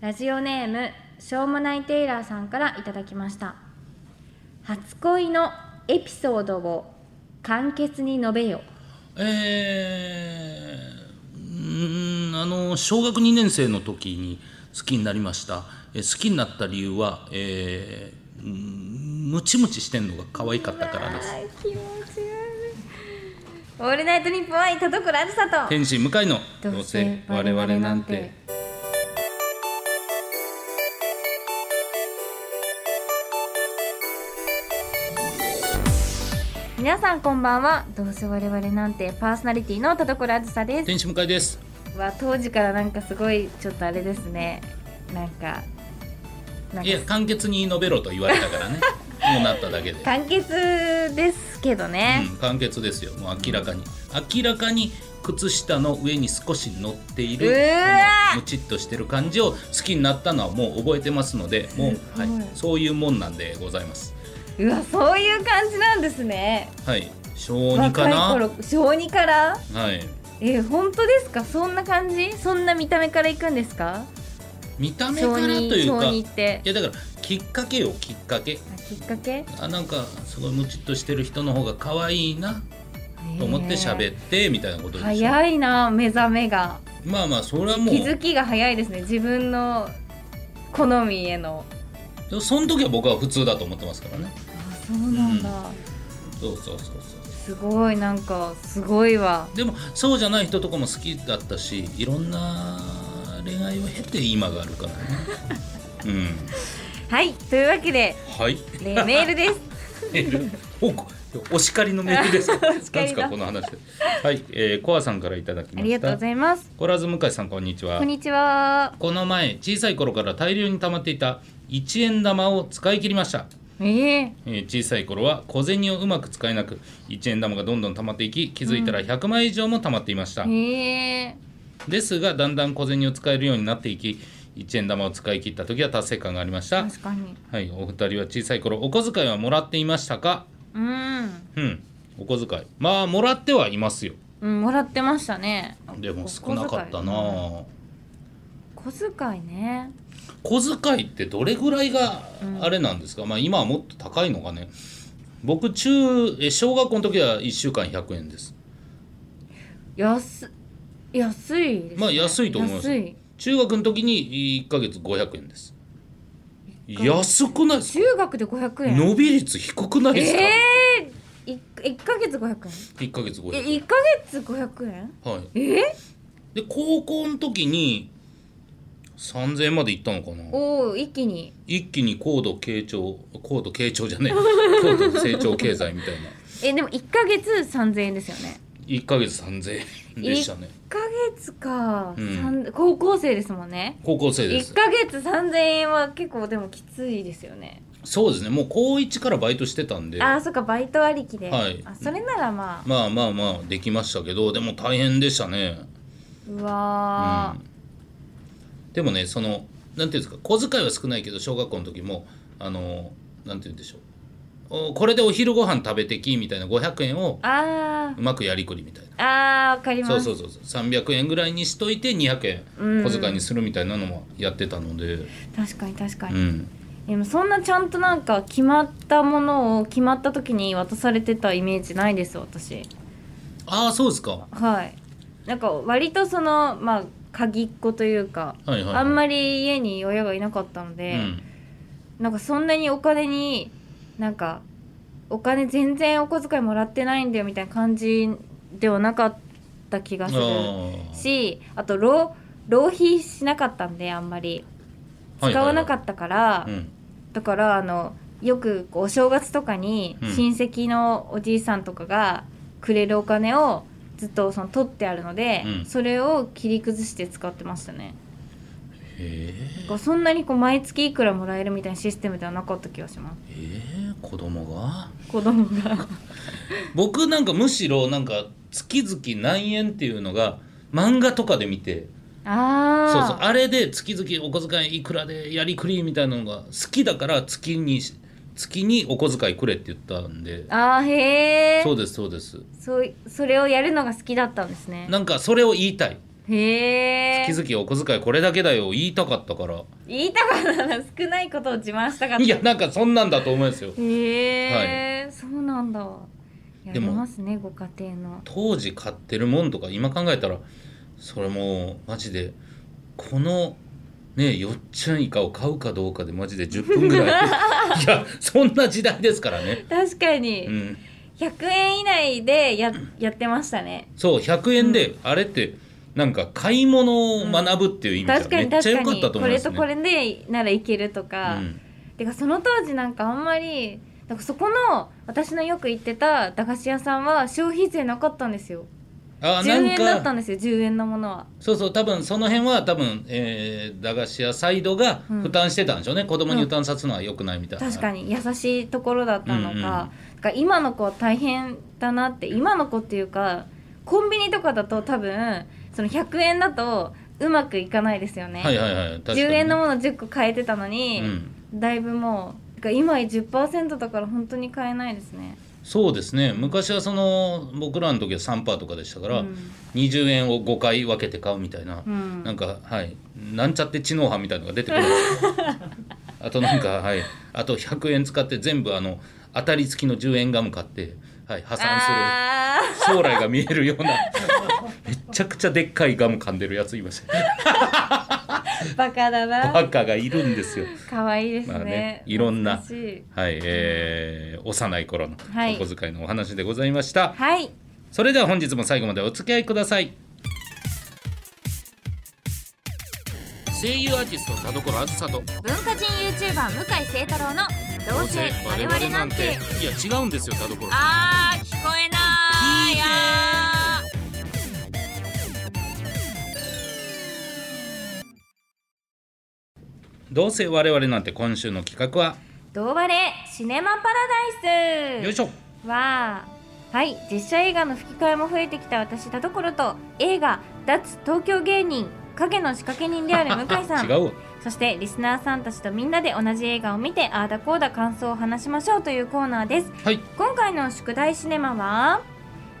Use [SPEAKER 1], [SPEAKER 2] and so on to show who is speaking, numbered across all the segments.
[SPEAKER 1] ラジオネームしょうもないテイラーさんからいただきました初恋のエピソードを簡潔に述べよ
[SPEAKER 2] えー、うーんあの小学2年生の時に好きになりましたえ好きになった理由は、えー、うーんムチムチしてんのが可愛かったからです
[SPEAKER 1] 気持ち悪いオールナイトニッポン愛田所あずさと
[SPEAKER 2] 天使向かいの
[SPEAKER 1] どうせ
[SPEAKER 2] 我々なんて
[SPEAKER 1] 皆さんこんばんはどうせ我々なんてパーソナリティの田所あずさです
[SPEAKER 2] 天使向かいです
[SPEAKER 1] は当時からなんかすごいちょっとあれですねなんかなん
[SPEAKER 2] い
[SPEAKER 1] か
[SPEAKER 2] や簡潔に述べろと言われたから ねもうなっただけで、
[SPEAKER 1] 簡潔ですけどね、
[SPEAKER 2] うん、簡潔ですよもう明らかに明らかに靴下の上に少し乗っていうる
[SPEAKER 1] わー
[SPEAKER 2] このムチっとしてる感じを好きになったのはもう覚えてますのでもう、
[SPEAKER 1] ご
[SPEAKER 2] はいい、そういうもんなんでございます
[SPEAKER 1] うわそういう感じなんですね
[SPEAKER 2] はい小児か
[SPEAKER 1] 若
[SPEAKER 2] ない
[SPEAKER 1] 頃小2から
[SPEAKER 2] はい
[SPEAKER 1] えー、本当ですかそんな感じそんな見た目からいくんですか
[SPEAKER 2] 見た目か
[SPEAKER 1] 小
[SPEAKER 2] らとい
[SPEAKER 1] 2
[SPEAKER 2] う
[SPEAKER 1] 小
[SPEAKER 2] か
[SPEAKER 1] 2
[SPEAKER 2] い
[SPEAKER 1] って
[SPEAKER 2] やだからきっかけよきっかけ
[SPEAKER 1] あきっかけ
[SPEAKER 2] あなんかすごいムチっとしてる人の方が可愛いなと思って
[SPEAKER 1] っ
[SPEAKER 2] 喋ってみたいなことでしょ、
[SPEAKER 1] 早いな目覚めが
[SPEAKER 2] まあまあそれはも
[SPEAKER 1] 気づ
[SPEAKER 2] う
[SPEAKER 1] きが早いですね自分の好みへの
[SPEAKER 2] その時は僕は普通だと思ってますからね
[SPEAKER 1] あそうなんだ、
[SPEAKER 2] そうそうそうそう
[SPEAKER 1] すごいなんかすごいわ
[SPEAKER 2] でもそうじゃない人とかも好きだったしいろんな恋愛を経て今があるか らねうん
[SPEAKER 1] はいというわけで、
[SPEAKER 2] はい
[SPEAKER 1] えーメールです
[SPEAKER 2] メールおこお叱りのメールですか
[SPEAKER 1] お叱りだ
[SPEAKER 2] 何ですかこの話はい、えー、コアさんからいただきました
[SPEAKER 1] ありがとうございます
[SPEAKER 2] コラズ向井さんこんにちは
[SPEAKER 1] こんにちは
[SPEAKER 2] この前小さい頃から大量に溜まっていた1円玉を使い切りました
[SPEAKER 1] ええ
[SPEAKER 2] えー小さい頃は小銭をうまく使えなく1円玉がどんどん溜まっていき気づいたら100枚以上も溜まっていました、
[SPEAKER 1] ええ
[SPEAKER 2] ですがだんだん小銭を使えるようになっていき1円玉を使い切った時は達成感がありました
[SPEAKER 1] 確かに
[SPEAKER 2] はいお二人は小さい頃お小遣いはもらっていましたか
[SPEAKER 1] うん、
[SPEAKER 2] うんお小遣いまあもらってはいますよ
[SPEAKER 1] うん、もらってましたね
[SPEAKER 2] でも少なかったな
[SPEAKER 1] 小遣いね
[SPEAKER 2] 小遣いってどれぐらいがあれなんですか、まあ今はもっと高いのがね僕中え小学校の時は1週間100円です
[SPEAKER 1] 安安いです、ね、
[SPEAKER 2] まあ安いと思います
[SPEAKER 1] 安い
[SPEAKER 2] 中学の時に1ヶ月500円です
[SPEAKER 1] ヶ月
[SPEAKER 2] 安くないですか
[SPEAKER 1] 中学で500円
[SPEAKER 2] 伸び率低くないですか、
[SPEAKER 1] ええい一ヶ月500円
[SPEAKER 2] 1ヶ月500
[SPEAKER 1] え
[SPEAKER 2] 円
[SPEAKER 1] 一ヶ月500円
[SPEAKER 2] はい
[SPEAKER 1] え
[SPEAKER 2] で高校の時に3000円までいったのかな
[SPEAKER 1] おお一気に
[SPEAKER 2] 一気に高度成長高度成長じゃねえ高度成長経済みたいな
[SPEAKER 1] えでも一ヶ月3000円ですよね
[SPEAKER 2] 1ヶ月3000円でしたね
[SPEAKER 1] 一ヶ月か、
[SPEAKER 2] うん
[SPEAKER 1] 三高校生ですもんね
[SPEAKER 2] 高校生で
[SPEAKER 1] 一
[SPEAKER 2] す
[SPEAKER 1] ヶ月3000円は結構でもきついですよね
[SPEAKER 2] そうですねもう高1からバイトしてたんで
[SPEAKER 1] あーそっかバイトありきで、
[SPEAKER 2] はい
[SPEAKER 1] あそれならまあ
[SPEAKER 2] まあまあまあできましたけどでも大変でしたね
[SPEAKER 1] うわー、
[SPEAKER 2] でもねそのなんていうんですか小遣いは少ないけど小学校の時もあのなんて言うんでしょうおこれでお昼ご飯食べてきみたいな500円を
[SPEAKER 1] あー
[SPEAKER 2] うまくやりくりみたいな
[SPEAKER 1] あーわかります
[SPEAKER 2] そうそうそうそう300円ぐらいにしといて200円
[SPEAKER 1] うん
[SPEAKER 2] 小遣いにするみたいなのもやってたので、
[SPEAKER 1] 確かに確か
[SPEAKER 2] う
[SPEAKER 1] に、
[SPEAKER 2] ん、
[SPEAKER 1] でもそんなちゃんとなんか決まったものを決まった時に渡されてたイメージないです私
[SPEAKER 2] ああそうですか
[SPEAKER 1] はいなんか割とそのまあ鍵っ子というか、
[SPEAKER 2] はいはいはい
[SPEAKER 1] あんまり家に親がいなかったの
[SPEAKER 2] う
[SPEAKER 1] で、
[SPEAKER 2] ん
[SPEAKER 1] なんかそんなにお金になんかお金全然お小遣いもらってないんだよみたいな感じではなかった気
[SPEAKER 2] あ
[SPEAKER 1] がする
[SPEAKER 2] ー
[SPEAKER 1] しあと浪浪費しなかったんであんまり使わなかったから、
[SPEAKER 2] はいはいはいうん
[SPEAKER 1] だからあのよくこうお正月とかに
[SPEAKER 2] うん
[SPEAKER 1] 親戚のおじいさんとかがくれるお金をずっとその取ってあるので、
[SPEAKER 2] うん
[SPEAKER 1] それを切り崩して使ってましたね
[SPEAKER 2] へ
[SPEAKER 1] だからそんなにこう毎月いくらもらえるみたいなシステムではなかった気がします
[SPEAKER 2] えええ子供が
[SPEAKER 1] 子供が
[SPEAKER 2] 僕なんかむしろなんか月々何円っていうのが漫画とかで見て
[SPEAKER 1] ああ
[SPEAKER 2] そうそうあれで月々お小遣いいくらでやりくりみたいなのが好きだから月に月にお小遣いくれって言ったんで
[SPEAKER 1] あーへえ
[SPEAKER 2] そうですそうです
[SPEAKER 1] そういそれをやるのが好きだったんですね
[SPEAKER 2] なんかそれを言いたい
[SPEAKER 1] へえ
[SPEAKER 2] 月々お小遣いこれだけだよ言いたかったから
[SPEAKER 1] 言いたかったな少ないことを自慢したかった
[SPEAKER 2] いやなんかそんなんだと思うんですよ
[SPEAKER 1] へえ、そうなんだやり
[SPEAKER 2] でも
[SPEAKER 1] ますねご家庭の
[SPEAKER 2] 当時買ってるもんとか今考えたらそれもうマジでこのねよっちゃんイカを買うかどうかでマジで10分ぐらい いやそんな時代ですからね、
[SPEAKER 1] 確か
[SPEAKER 2] う
[SPEAKER 1] に、
[SPEAKER 2] ん、
[SPEAKER 1] 100円以内でややってましたね
[SPEAKER 2] そう100円であれってなんか買い物を学ぶっていう意味
[SPEAKER 1] 確
[SPEAKER 2] じ
[SPEAKER 1] か
[SPEAKER 2] ゃ
[SPEAKER 1] に
[SPEAKER 2] めっち
[SPEAKER 1] 確か
[SPEAKER 2] ゃ良かっ
[SPEAKER 1] に
[SPEAKER 2] たと
[SPEAKER 1] こ
[SPEAKER 2] 思いま
[SPEAKER 1] れ
[SPEAKER 2] す
[SPEAKER 1] と
[SPEAKER 2] ね
[SPEAKER 1] これでならいけるとか、
[SPEAKER 2] うん
[SPEAKER 1] てかその当時なんかあんまりなんかそこの私のよく行ってた駄菓子屋さんは消費税なかったんですよ
[SPEAKER 2] あ
[SPEAKER 1] 10円だ
[SPEAKER 2] な
[SPEAKER 1] っ
[SPEAKER 2] ん
[SPEAKER 1] た
[SPEAKER 2] か
[SPEAKER 1] んですよ10円のものは
[SPEAKER 2] そうそう多分その辺は多分、えー駄菓子屋サイドが負担してたんでしょうね、子供に負担させるのは良くないみたいな、
[SPEAKER 1] 確かに優しいところだったのか,、
[SPEAKER 2] うんうん
[SPEAKER 1] だから今の子は大変だなって今の子っていうかコンビニとかだと多分その100円だとうまくいかないですよね、
[SPEAKER 2] はいはいはい確かに
[SPEAKER 1] 10円のもの10個買えてたのに、
[SPEAKER 2] うん
[SPEAKER 1] だいぶもうだから今10%だから本当に買えないですね
[SPEAKER 2] そうですね昔はその僕らの時は3パーとかでしたから、
[SPEAKER 1] うん
[SPEAKER 2] 20円を5回分けて買うみたいな、
[SPEAKER 1] うん
[SPEAKER 2] なんかはいなんちゃって知能犯みたいのが出て くるあとなんかはいあと100円使って全部あの当たり付きの10円ガム買って、はい、破産する
[SPEAKER 1] あー
[SPEAKER 2] 将来が見えるようなめちゃくちゃでっかいガム噛んでるやついました
[SPEAKER 1] バカだな。
[SPEAKER 2] バカがいるんですよ
[SPEAKER 1] 可愛いですね,、
[SPEAKER 2] まあねいろんな
[SPEAKER 1] 懐かしい
[SPEAKER 2] はいえー幼い頃の
[SPEAKER 1] はい
[SPEAKER 2] お小遣いのお話でございました、
[SPEAKER 1] はい。
[SPEAKER 2] それでは本日も最後までお付き合いください声優アーティスト田所あずさと
[SPEAKER 1] 文化人 YouTuber 向井聖太郎のどうせ我々なんて。
[SPEAKER 2] いや違うんですよ田所
[SPEAKER 1] あー聞こえないあー
[SPEAKER 2] どうせ我々なんて今週の企画は、
[SPEAKER 1] どうバレシネマパラダイス
[SPEAKER 2] よいしょ
[SPEAKER 1] わーはい実写映画の吹き替えも増えてきた私田所と映画「脱東京芸人」影の仕掛け人であ る向井さん
[SPEAKER 2] 違うわ
[SPEAKER 1] そしてリスナーさんたちとみんなで同じ映画を見てああだこうだ感想を話しましょうというコーナーです
[SPEAKER 2] はい
[SPEAKER 1] 今回の宿題シネマは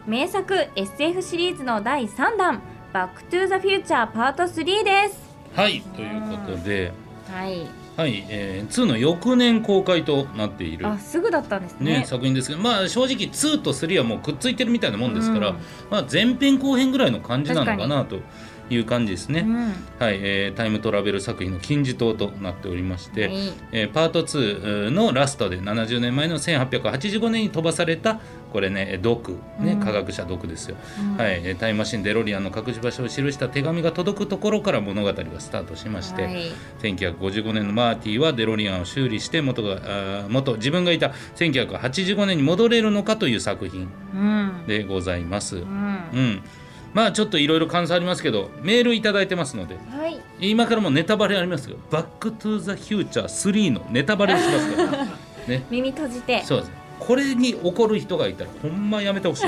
[SPEAKER 1] 名作 SF シリーズの第3弾「バック・トゥ・ザ・フューチャーパート3」です
[SPEAKER 2] はいということで、
[SPEAKER 1] はい
[SPEAKER 2] はい、えー、2の翌年公開となっている
[SPEAKER 1] あすぐだったんです
[SPEAKER 2] ね
[SPEAKER 1] ね
[SPEAKER 2] 作品ですけどまあ正直2と3はもうくっついてるみたいなもんですから、
[SPEAKER 1] うん
[SPEAKER 2] まあ、前編後編ぐらいの感じなのかなという感じですね、
[SPEAKER 1] うん
[SPEAKER 2] はいえータイムトラベル作品の金字塔となっておりまして、
[SPEAKER 1] はい
[SPEAKER 2] えーパート2のラストで70年前の1885年に飛ばされたこれね毒ね、
[SPEAKER 1] うん
[SPEAKER 2] 科学者毒ですよ、
[SPEAKER 1] うん
[SPEAKER 2] はいえータイムマシンデロリアンの隠し場所を記した手紙が届くところから物語がスタートしまして、
[SPEAKER 1] はい
[SPEAKER 2] 1955年のマーティはデロリアンを修理して元があー元自分がいた1985年に戻れるのかという作品
[SPEAKER 1] うん
[SPEAKER 2] でございます。
[SPEAKER 1] う
[SPEAKER 2] うんん、まあちょっといろいろ感想ありますけどメールいただいてますので
[SPEAKER 1] はい
[SPEAKER 2] 今からもうネタバレありますよ「バック・トゥ・ザ・フューチャー3」のネタバレをしますからね
[SPEAKER 1] 耳閉じて
[SPEAKER 2] そうですこれに怒る人がいたらほんまやめてほしい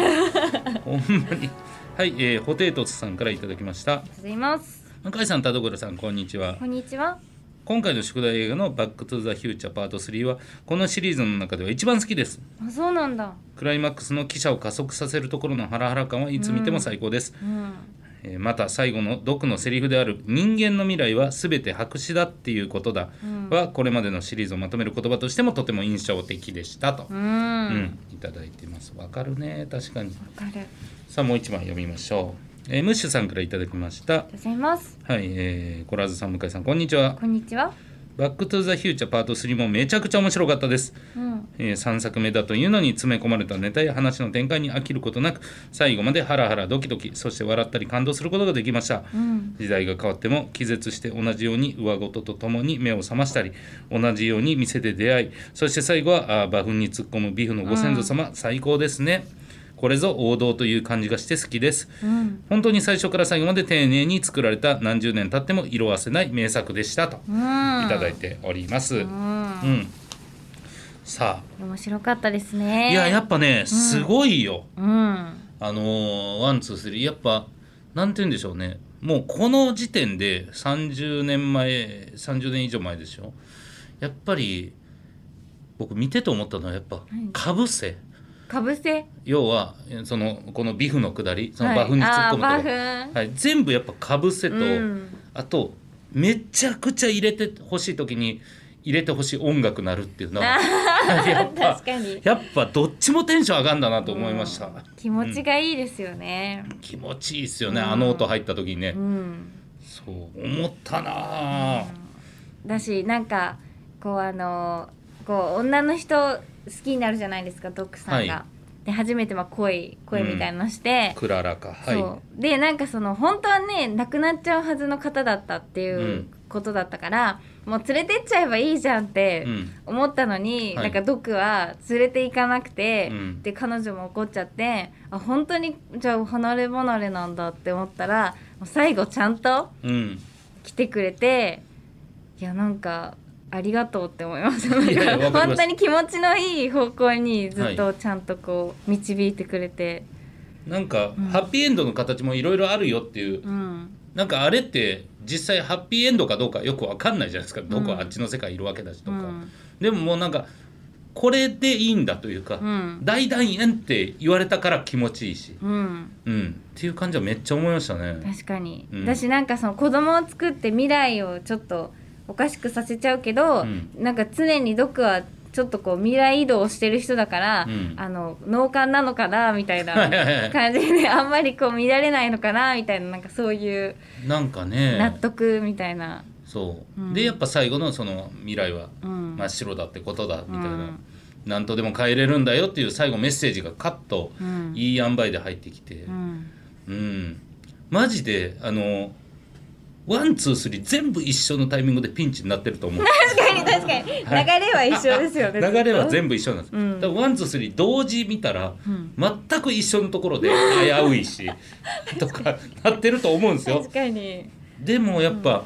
[SPEAKER 2] ほんまにはい、えー、ホテイトツさんからいただきました
[SPEAKER 1] ございます
[SPEAKER 2] 向井さん田所さんこんにちは
[SPEAKER 1] こんにちは
[SPEAKER 2] 今回の宿題映画の「バック・トゥ・ザ・フューチャーパート3」はこのシリーズの中では一番好きです
[SPEAKER 1] あそうなんだ
[SPEAKER 2] クライマックスの汽車を加速させるところのハラハラ感はいつ見ても最高です、
[SPEAKER 1] うん
[SPEAKER 2] えーまた最後の毒のセリフである「人間の未来は全て白紙だっていうことだ」はこれまでのシリーズをまとめる言葉としてもとても印象的でしたと
[SPEAKER 1] う、
[SPEAKER 2] うん
[SPEAKER 1] ん
[SPEAKER 2] いただいてますわかるね確かに
[SPEAKER 1] わかる
[SPEAKER 2] さあもう一枚読みましょう、えームッシュさんからいただきました
[SPEAKER 1] ございます
[SPEAKER 2] はいえー、コラーズさん向井さんこんにちは
[SPEAKER 1] こんにちは
[SPEAKER 2] バックトゥザフューチャーパート3もめちゃくちゃ面白かったです。
[SPEAKER 1] うん
[SPEAKER 2] え3作目だというのに詰め込まれたネタや話の展開に飽きることなく、最後までハラハラドキドキ、そして笑ったり感動することができました。
[SPEAKER 1] うん
[SPEAKER 2] 時代が変わっても気絶して同じように上事とともに目を覚ましたり同じように店で出会いそして最後はあー馬フに突っ込むビフのご先祖様、最高ですねこれぞ王道という感じがして好きです
[SPEAKER 1] うん
[SPEAKER 2] 本当に最初から最後まで丁寧に作られた何十年経っても色あせない名作でしたと
[SPEAKER 1] うん
[SPEAKER 2] いただいております、
[SPEAKER 1] うん
[SPEAKER 2] うん、さ
[SPEAKER 1] 面白かったです
[SPEAKER 2] あ
[SPEAKER 1] ね
[SPEAKER 2] いややっぱねすごいよ、
[SPEAKER 1] うん
[SPEAKER 2] あのーワンツースリーやっぱなんて言うんでしょうねもうこの時点で30年前30年以上前でしょやっぱり僕見てと思ったのはやっぱ
[SPEAKER 1] い
[SPEAKER 2] かぶせ、
[SPEAKER 1] かぶせ
[SPEAKER 2] 要はえそのこのビフの下りその
[SPEAKER 1] はい
[SPEAKER 2] バフに突っ込むとこ
[SPEAKER 1] あー
[SPEAKER 2] ろ、
[SPEAKER 1] バフ
[SPEAKER 2] はい、全部やっぱかぶせと、
[SPEAKER 1] うん
[SPEAKER 2] あとめちゃくちゃ入れてほしい時に入れてほしい音楽なるっていうのはやっぱ
[SPEAKER 1] 確かに
[SPEAKER 2] やっぱどっちもテンション上がんだなと思いました、
[SPEAKER 1] うん気持ちがいいですよね
[SPEAKER 2] 気持ちいいっすよね、
[SPEAKER 1] うん
[SPEAKER 2] あの音入った時にね、
[SPEAKER 1] うん
[SPEAKER 2] そう思ったなあ、
[SPEAKER 1] だしなんかこうあのこう女の人好きになるじゃないですかドックさんが。
[SPEAKER 2] は
[SPEAKER 1] で初めてまあ恋恋みたいなのして、
[SPEAKER 2] クララかはい
[SPEAKER 1] そうでなんかその本当はね亡くなっちゃうはずの方だったっていううんことだったから、もう連れてっちゃえばいいじゃんって
[SPEAKER 2] うん
[SPEAKER 1] 思ったのに、
[SPEAKER 2] はい
[SPEAKER 1] なんかドクは連れて行かなくて、
[SPEAKER 2] うん
[SPEAKER 1] で彼女も怒っちゃってあ本当にじゃあ離れ離れなんだって思ったらもう最後ちゃんと
[SPEAKER 2] うん
[SPEAKER 1] 来てくれていやなんかありがとうって思いますなん
[SPEAKER 2] いやいやわかりま
[SPEAKER 1] か
[SPEAKER 2] す
[SPEAKER 1] 本当に気持ちのいい方向にずっとちゃんとこう導いてくれて、
[SPEAKER 2] なんか、
[SPEAKER 1] うん
[SPEAKER 2] ハッピーエンドの形もいろいろあるよっていう
[SPEAKER 1] うん
[SPEAKER 2] なんかあれって実際ハッピーエンドかどうかよくわかんないじゃないですか、どこあっちの世界いるわけだしと
[SPEAKER 1] う
[SPEAKER 2] か、
[SPEAKER 1] ん
[SPEAKER 2] でももうなんかこれでいいんだというか、
[SPEAKER 1] うん
[SPEAKER 2] 大団円って言われたから気持ちいいし、
[SPEAKER 1] うん
[SPEAKER 2] うん、っていう感じはめっちゃ思いましたね。
[SPEAKER 1] 確かに、
[SPEAKER 2] うん
[SPEAKER 1] だしなんかその子供を作って未来をちょっとおかしくさせちゃうけど、
[SPEAKER 2] うん
[SPEAKER 1] なんか常に毒はちょっとこう未来移動をしてる人だから、
[SPEAKER 2] うん
[SPEAKER 1] あの脳幹なのかなみたい
[SPEAKER 2] はい
[SPEAKER 1] な
[SPEAKER 2] はいは
[SPEAKER 1] 感じであんまりこう見られないのかなみたいななんかそういう
[SPEAKER 2] い なんか
[SPEAKER 1] 納
[SPEAKER 2] ね
[SPEAKER 1] 得みたいな、
[SPEAKER 2] そう、
[SPEAKER 1] うん
[SPEAKER 2] でやっぱ最後のその未来は
[SPEAKER 1] うん
[SPEAKER 2] 真っ白だってことだみたいな、
[SPEAKER 1] うん
[SPEAKER 2] なんとでも変えれるんだよっていう最後メッセージがカッと
[SPEAKER 1] うん
[SPEAKER 2] いい塩梅で入ってきて
[SPEAKER 1] う、ん
[SPEAKER 2] うん、マジであのワンツースリー全部一緒のタイミングでピンチになってる と思う
[SPEAKER 1] 確かに確かに流れは一緒ですよね
[SPEAKER 2] 流れは
[SPEAKER 1] 部、
[SPEAKER 2] 全部一緒なんです、
[SPEAKER 1] うん
[SPEAKER 2] だからワンツースリー同時見たら
[SPEAKER 1] うん
[SPEAKER 2] 全く一緒のところで危ういし とかなってると思うんですよ
[SPEAKER 1] 確かに
[SPEAKER 2] でもやっぱ、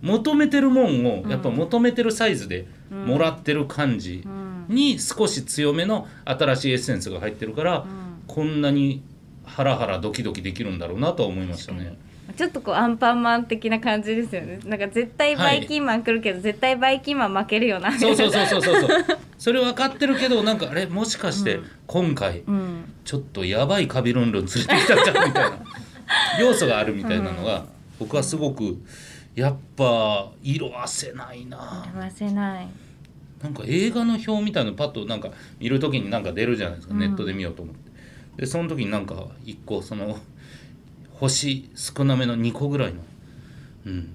[SPEAKER 2] 求めてるもんをやっぱ求めてるサイズでもらってる感じ
[SPEAKER 1] うん
[SPEAKER 2] に少し強めの新しいエッセンスが入ってるから、
[SPEAKER 1] うん
[SPEAKER 2] こんなにハラハラドキドキできるんだろうなとは思いましたね。
[SPEAKER 1] ちょっとこうアンパンマン的な感じですよねなんか絶対バイキンマン来るけど、絶対バイキンマン負けるよな
[SPEAKER 2] そうそう
[SPEAKER 1] う
[SPEAKER 2] そうそうそうそう。それ分かってるけどなんかあれもしかして今回
[SPEAKER 1] うん
[SPEAKER 2] ちょっとやばいカビルンルン連れてきたんじゃんみた いな要素があるみたいなのが僕はすごくやっぱ色あせないな。
[SPEAKER 1] 騙せない
[SPEAKER 2] なんか映画の表みたいなのパッとなんか見る時になんか出るじゃないですか、
[SPEAKER 1] うん
[SPEAKER 2] ネットで見ようと思って。でその時になんか一個その星少なめの2個ぐらいの、うん、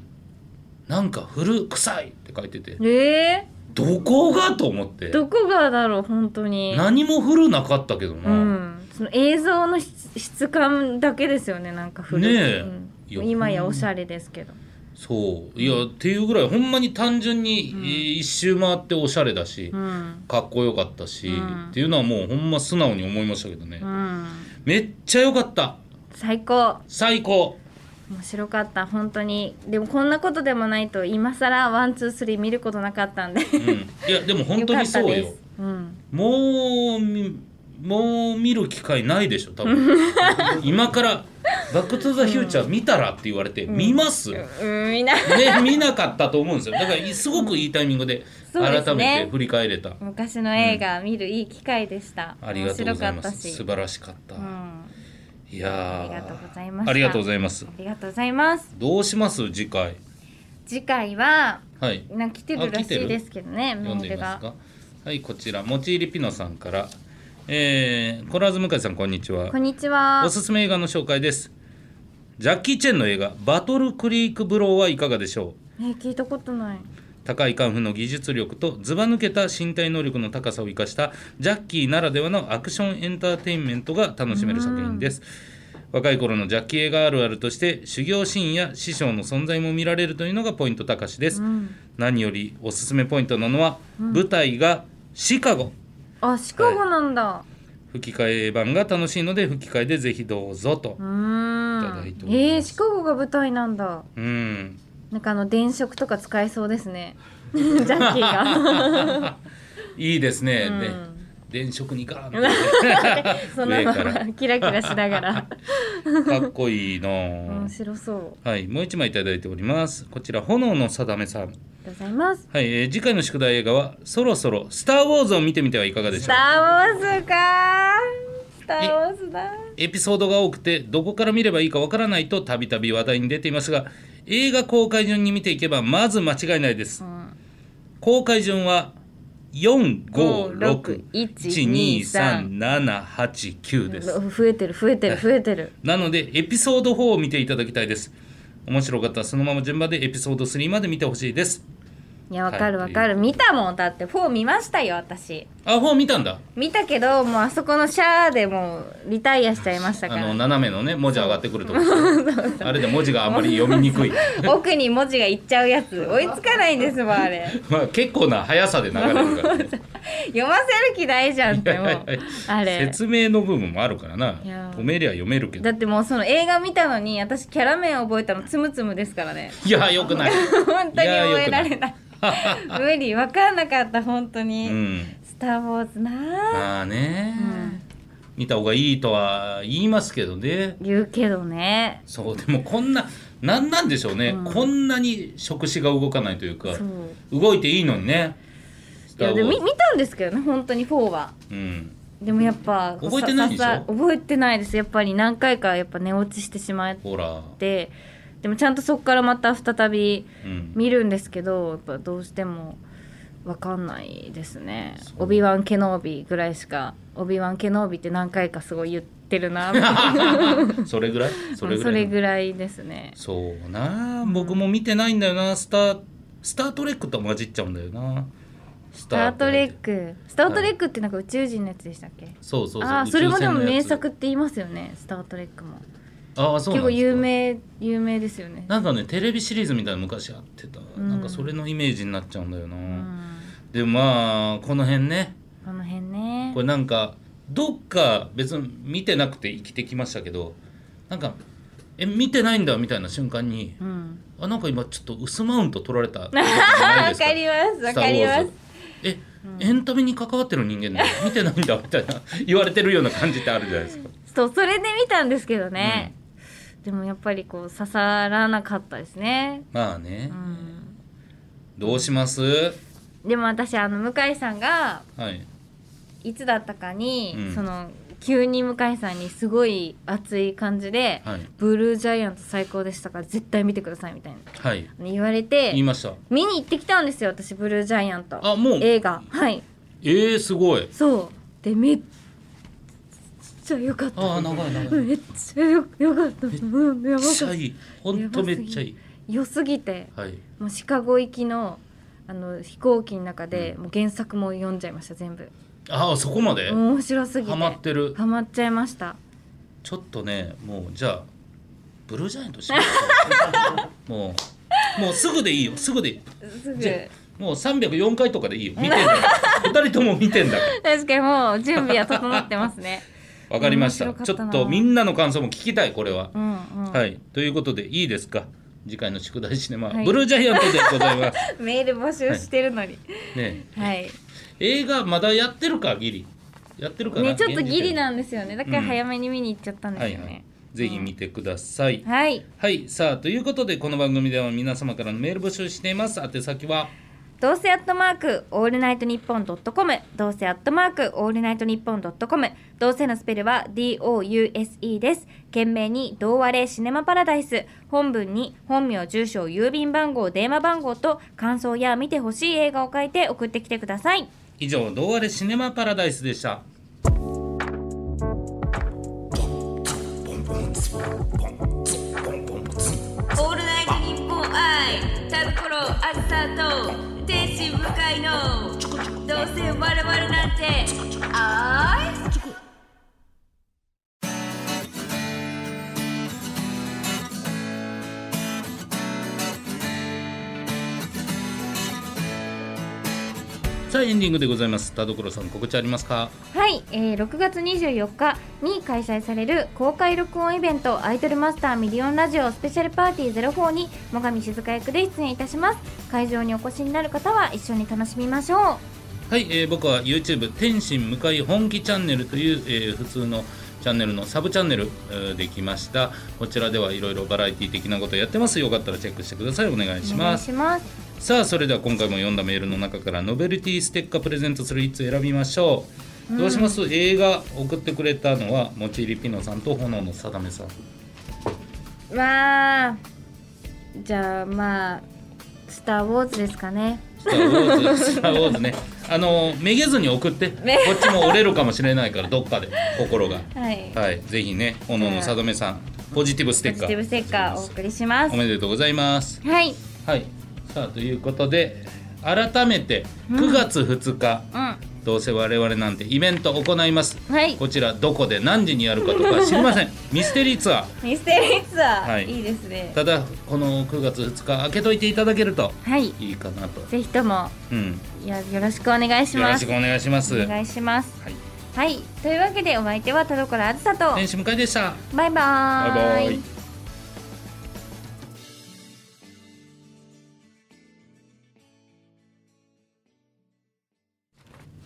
[SPEAKER 2] なんか古臭いって書いてて
[SPEAKER 1] え
[SPEAKER 2] どこがと思って
[SPEAKER 1] ー、どこがだろう本当に
[SPEAKER 2] 何も古なかったけど
[SPEAKER 1] う
[SPEAKER 2] な、
[SPEAKER 1] んその映像の質質感だけですよねなんか古い
[SPEAKER 2] ねえ
[SPEAKER 1] うん
[SPEAKER 2] いや
[SPEAKER 1] 今やおしゃれですけど
[SPEAKER 2] そういやっていうぐらいほんまに単純に、えー一周回っておしゃれだし、
[SPEAKER 1] うん
[SPEAKER 2] かっこよかったし、
[SPEAKER 1] うん
[SPEAKER 2] っていうのはもうほんま素直に思いましたけどね、
[SPEAKER 1] うん
[SPEAKER 2] めっちゃ良かった
[SPEAKER 1] 最高
[SPEAKER 2] 最高
[SPEAKER 1] 面白かった本当にでもこんなことでもないと今更ワンツースリー見ることなかったんで
[SPEAKER 2] うん、い やでも本当にそうよ
[SPEAKER 1] かったですうん
[SPEAKER 2] もうみもう見る機会ないでしょ多分 今から「バック・トゥ・ザ・フューチャー」見たらって言われて、見ます、ね
[SPEAKER 1] うんみんな
[SPEAKER 2] 見なかったと思うんですよだからすごくいいタイミングで
[SPEAKER 1] そうですね
[SPEAKER 2] 改めて振り返れた、
[SPEAKER 1] 昔の映画見るいい機会でした、
[SPEAKER 2] ありがとうございま
[SPEAKER 1] 面白かった
[SPEAKER 2] す
[SPEAKER 1] し
[SPEAKER 2] 素晴らしかった、
[SPEAKER 1] うん、
[SPEAKER 2] いやー
[SPEAKER 1] ありがとうございました
[SPEAKER 2] ありがとうございます
[SPEAKER 1] ありがとうございます
[SPEAKER 2] どうします次回
[SPEAKER 1] 次回は
[SPEAKER 2] はい
[SPEAKER 1] なんか来てるらしいですけどねメ
[SPEAKER 2] 読んで
[SPEAKER 1] ー
[SPEAKER 2] み
[SPEAKER 1] ル
[SPEAKER 2] ます
[SPEAKER 1] が
[SPEAKER 2] かはいこちらもちいりピノさんからえー、コラーズ向井さんこんにちは
[SPEAKER 1] こんにちは
[SPEAKER 2] おすすめ映画の紹介ですジャッキー・チェンの映画「バトル・クリーク・ブロー」はいかがでしょう
[SPEAKER 1] えー聞いたことない
[SPEAKER 2] 高いカンフーの技術力とずば抜けた身体能力の高さを生かしたジャッキーならではのアクションエンターテインメントが楽しめる作品です若い頃のジャッキー映画あるあるとして修行シーンや師匠の存在も見られるというのがポイント高しです、
[SPEAKER 1] うん
[SPEAKER 2] 何よりおすすめポイントなのは、舞台がシカゴ
[SPEAKER 1] あシカゴなんだ、
[SPEAKER 2] 吹き替え版が楽しいので吹き替えでぜひどうぞと
[SPEAKER 1] うー
[SPEAKER 2] いただい
[SPEAKER 1] ん
[SPEAKER 2] ております
[SPEAKER 1] えー、シカゴが舞台なんだ
[SPEAKER 2] うん
[SPEAKER 1] なんかあの電飾とか使えそうです ねジャッキーが
[SPEAKER 2] いいですね。
[SPEAKER 1] うん
[SPEAKER 2] ね電飾にガーンって
[SPEAKER 1] その
[SPEAKER 2] 上
[SPEAKER 1] ま
[SPEAKER 2] か
[SPEAKER 1] ま
[SPEAKER 2] ら
[SPEAKER 1] キラキラしなが ら
[SPEAKER 2] かっこいいなあ
[SPEAKER 1] 面白そう
[SPEAKER 2] はい、もう一枚いただいております。こちら炎の定めさん。
[SPEAKER 1] とうございます
[SPEAKER 2] はい、えー次回の宿題映画はそろそろスターウォーズを見てみてはいかがで
[SPEAKER 1] ス
[SPEAKER 2] しょ
[SPEAKER 1] タ
[SPEAKER 2] う
[SPEAKER 1] ー・ウォーズかスター・ウォーズだ
[SPEAKER 2] エピソードが多くてどこから見ればいいかわからないとたびたび話題に出ていますが映画公開順に見ていけばまず間違いないです、公開順は456123789です
[SPEAKER 1] 増えてる増えてる増えてる
[SPEAKER 2] なのでエピソード4を見ていただきたいです面白かったらそのまま順番でエピソード3まで見てほしいです
[SPEAKER 1] いやわかる
[SPEAKER 2] は
[SPEAKER 1] わ
[SPEAKER 2] い
[SPEAKER 1] かる、見たもんだって4見ましたよ私
[SPEAKER 2] あ4見たんだ
[SPEAKER 1] 見たけどもうあそこのシャーでもうリタイアしちゃいましたか
[SPEAKER 2] あの
[SPEAKER 1] ら
[SPEAKER 2] 斜めのね文字上がってくるとこあれで文字があんまり読みにくい
[SPEAKER 1] 奥に文字がいっちゃうやつ追いつかないんですもんあれ
[SPEAKER 2] まあ結構な速さで流れるからね、
[SPEAKER 1] 読ませる気ないじゃんってもうあれ
[SPEAKER 2] 説明の部分もあるからない
[SPEAKER 1] やー
[SPEAKER 2] 止めりゃ読めるけど
[SPEAKER 1] だってもうその映画見たのに私キャラ名覚えたのつむつむですからね
[SPEAKER 2] いや よくない
[SPEAKER 1] 本当に覚
[SPEAKER 2] やよ
[SPEAKER 1] え
[SPEAKER 2] く
[SPEAKER 1] ら
[SPEAKER 2] ない
[SPEAKER 1] れない無理分かんなかった本当
[SPEAKER 2] う
[SPEAKER 1] に、
[SPEAKER 2] ん
[SPEAKER 1] スター・ウォーズなあ
[SPEAKER 2] まあね、見た方がいいとは言いますけどね
[SPEAKER 1] 言うけどね
[SPEAKER 2] そうでもこんななんなんでしょうね、こんなに触手が動かないというか
[SPEAKER 1] そう
[SPEAKER 2] 動いていいのにねス
[SPEAKER 1] い
[SPEAKER 2] ター
[SPEAKER 1] や
[SPEAKER 2] ウォ
[SPEAKER 1] で
[SPEAKER 2] ー
[SPEAKER 1] も
[SPEAKER 2] ズ
[SPEAKER 1] み見たんですけどね本当に4は
[SPEAKER 2] うん
[SPEAKER 1] でもやっぱ
[SPEAKER 2] 覚えてないでしょ
[SPEAKER 1] ささ覚えてないですやっぱり何回かやっぱ寝落ちしてしまっ
[SPEAKER 2] ほら、
[SPEAKER 1] てでもちゃんとそこからまた再び
[SPEAKER 2] うん、
[SPEAKER 1] 見るんですけどやっぱどうしても分かんないですね
[SPEAKER 2] そ
[SPEAKER 1] 「
[SPEAKER 2] う
[SPEAKER 1] オビワン・ケノービ」ぐらいしか「オビワン・ケノービ」って何回かすごい言ってるなみたいな
[SPEAKER 2] それぐらいそ
[SPEAKER 1] そ
[SPEAKER 2] れ
[SPEAKER 1] れ
[SPEAKER 2] ぐらい
[SPEAKER 1] ぐらいですね
[SPEAKER 2] そうなあ僕も見てないんだよなスタースタートレックと混じっちゃうんだよな
[SPEAKER 1] 「
[SPEAKER 2] ス
[SPEAKER 1] スター・トレッ
[SPEAKER 2] ク
[SPEAKER 1] ク」「スター・トレック」ってなんか宇宙人のやつでしたっけ
[SPEAKER 2] そうそうそう
[SPEAKER 1] ああ
[SPEAKER 2] 宇宙
[SPEAKER 1] それもでも
[SPEAKER 2] 船のや
[SPEAKER 1] 名
[SPEAKER 2] つ
[SPEAKER 1] 作って言いますよね「スター・トレックも」
[SPEAKER 2] ああそう
[SPEAKER 1] 結
[SPEAKER 2] なん
[SPEAKER 1] 構
[SPEAKER 2] ですか
[SPEAKER 1] 有名有名ですよね
[SPEAKER 2] なんかねテレビシリーズみたいなの昔やってた、
[SPEAKER 1] ん
[SPEAKER 2] なんかそれのイメージになっちゃうんだよな、
[SPEAKER 1] うん
[SPEAKER 2] でまあこの辺ね
[SPEAKER 1] この辺ね
[SPEAKER 2] これなんかどっか別に見てなくて生きてきましたけどなんかえ見てないんだみたいな瞬間に
[SPEAKER 1] うん
[SPEAKER 2] あなんか今ちょっと薄マウント取られた
[SPEAKER 1] わ
[SPEAKER 2] わ
[SPEAKER 1] かりますわかります
[SPEAKER 2] え、エンタメに関わってる人 間なの見てないんだみたいな言われてるような感じってあるじゃないですか
[SPEAKER 1] そうそれで見たんですけどね、でもやっぱりこう刺さらなかったですね
[SPEAKER 2] まあね、
[SPEAKER 1] うん
[SPEAKER 2] どうします
[SPEAKER 1] でも私あの向井さんが
[SPEAKER 2] はい
[SPEAKER 1] いつだったかに、
[SPEAKER 2] うん
[SPEAKER 1] その急に向井さんにすごい熱い感じで「
[SPEAKER 2] はい
[SPEAKER 1] ブルージャイアント最高でしたから絶対見てください」みたいな
[SPEAKER 2] はい
[SPEAKER 1] 言われ
[SPEAKER 2] 言い
[SPEAKER 1] て
[SPEAKER 2] ました
[SPEAKER 1] 見に行ってきたんですよ私ブルージャイアント
[SPEAKER 2] あもう
[SPEAKER 1] 映画はい
[SPEAKER 2] えー、すごい
[SPEAKER 1] そうでめっちゃ良かった
[SPEAKER 2] ああ長い長いめっ
[SPEAKER 1] めっちゃよよかったうんやばかっ
[SPEAKER 2] ちゃ
[SPEAKER 1] た
[SPEAKER 2] いいほんとめっちゃいい
[SPEAKER 1] 良すぎて
[SPEAKER 2] はい
[SPEAKER 1] もうシカゴ行きのあの飛行機の中で、もう原作も読んじゃいました全部
[SPEAKER 2] ああそこまで
[SPEAKER 1] 面白すぎて
[SPEAKER 2] ハマってる
[SPEAKER 1] ハマっちゃいました
[SPEAKER 2] ちょっとねもうじゃあブルージャイアントしましょ うもうもうすぐでいいよすぐでいい
[SPEAKER 1] すぐ
[SPEAKER 2] じゃもう304回とかでいいよ見てんだか ら二人とも見てんだから
[SPEAKER 1] 確かにもう準備は整ってますね
[SPEAKER 2] わかりました
[SPEAKER 1] 面白かっ
[SPEAKER 2] ち
[SPEAKER 1] たな
[SPEAKER 2] ょっとみんなの感想も聞きたいこれは
[SPEAKER 1] う、んうん、
[SPEAKER 2] はいということでいいですか次回の宿題シネマ、
[SPEAKER 1] はい
[SPEAKER 2] ブルージャイアントでございます
[SPEAKER 1] メール募集してるのに
[SPEAKER 2] ね
[SPEAKER 1] はい、
[SPEAKER 2] 映画まだやってるかギリやってるかな、
[SPEAKER 1] ねちょっとギリ
[SPEAKER 2] 現
[SPEAKER 1] なんですよねだから早めに見に行っちゃったん
[SPEAKER 2] 時点では
[SPEAKER 1] ですよ
[SPEAKER 2] いはい
[SPEAKER 1] ね
[SPEAKER 2] ぜひ見てください、
[SPEAKER 1] はい、
[SPEAKER 2] はいさあということでこの番組では皆様からのメール募集しています宛先は
[SPEAKER 1] どうせアットマークオールナイトニッポンドットコムどうせアットマークオールナイトニッポンドットコムどうせのスペルは DOUSE です懸命に「同和レシネマパラダイス」本文に本名住所郵便番号電話番号と感想や見てほしい映画を書いて送ってきてください
[SPEAKER 2] 以上「どうあれシネマパラダイス」でした
[SPEAKER 1] 「オールナイトニッポン愛タルコロアルサーと天使向かいのどうせ我々なんてあい
[SPEAKER 2] さあエンディングでございます田所さん告知ありますか
[SPEAKER 1] はい、えー6月24日に開催される公開録音イベント「アイドルマスターミリオンラジオスペシャルパーティー04」に最上静香役で出演いたします会場にお越しになる方は一緒に楽しみましょ
[SPEAKER 2] はい、えー僕は YouTube 天心向井本気チャンネルという、えー普通のチャンネルのサブチャンネルえーできましたこちらではいろいろバラエティ的なことやってますよかったらチェックしてくださいお願いうし
[SPEAKER 1] お願
[SPEAKER 2] ま
[SPEAKER 1] い
[SPEAKER 2] す
[SPEAKER 1] します
[SPEAKER 2] さあそれでは今回も読んだメールの中からノベルティステッカープレゼントする1つ選びましょう、どうします映画送ってくれたのはもちりピノさんと炎のさだめさん
[SPEAKER 1] わあじゃあまあ「スター・ウォーズ」ですかね
[SPEAKER 2] スター・ウォーズスター・ウォーズねあのめげずに送ってこ
[SPEAKER 1] め
[SPEAKER 2] っちも折れるかもしれないからどっかで心が
[SPEAKER 1] はい
[SPEAKER 2] はいぜひね炎のさだめさんポジティブス
[SPEAKER 1] ポ
[SPEAKER 2] テッ
[SPEAKER 1] ジ
[SPEAKER 2] カ
[SPEAKER 1] ティブ
[SPEAKER 2] ー
[SPEAKER 1] ステッカーお送りしま
[SPEAKER 2] お
[SPEAKER 1] す
[SPEAKER 2] めでとうございます
[SPEAKER 1] はい
[SPEAKER 2] はいさあということで改めて9月2日、
[SPEAKER 1] う
[SPEAKER 2] どうせ我々なんてイベント行います
[SPEAKER 1] んはい
[SPEAKER 2] こちらどこで何時にやるかとか知りません ミステリーツアー
[SPEAKER 1] ミステリーツアー、
[SPEAKER 2] はい
[SPEAKER 1] い、いですね
[SPEAKER 2] ただこの9月2日開けといていただけると
[SPEAKER 1] はい
[SPEAKER 2] いいかなと、
[SPEAKER 1] ぜひとも
[SPEAKER 2] うん、
[SPEAKER 1] よよろしくお願いし
[SPEAKER 2] よろ
[SPEAKER 1] ま
[SPEAKER 2] し
[SPEAKER 1] す
[SPEAKER 2] くお願いします
[SPEAKER 1] お願いします
[SPEAKER 2] はい、
[SPEAKER 1] はいというわけでお相手は田所あずさと
[SPEAKER 2] 天使向井でした
[SPEAKER 1] バイ
[SPEAKER 2] バ
[SPEAKER 1] バ
[SPEAKER 2] イ
[SPEAKER 1] ー
[SPEAKER 2] バイ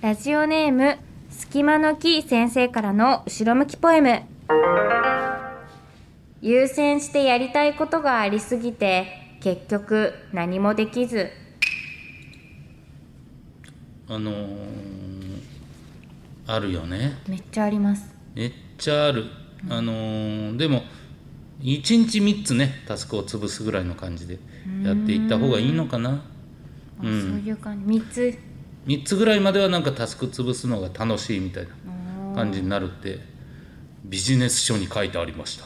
[SPEAKER 1] ラジオネーム隙間の木先生からの後ろ向きポエム優先してやりたいことがありすぎて結局何もできず
[SPEAKER 2] あのー、あるよね
[SPEAKER 1] めっちゃあります
[SPEAKER 2] めっちゃあるあのー、でも1日3つねタスクを潰すぐらいの感じでやっていった方がいいのかな
[SPEAKER 1] あそういう感じ3つ
[SPEAKER 2] 3つぐらいまではなんかタスク潰すのが楽しいみたいな感じになるってビジネス書に書いてありました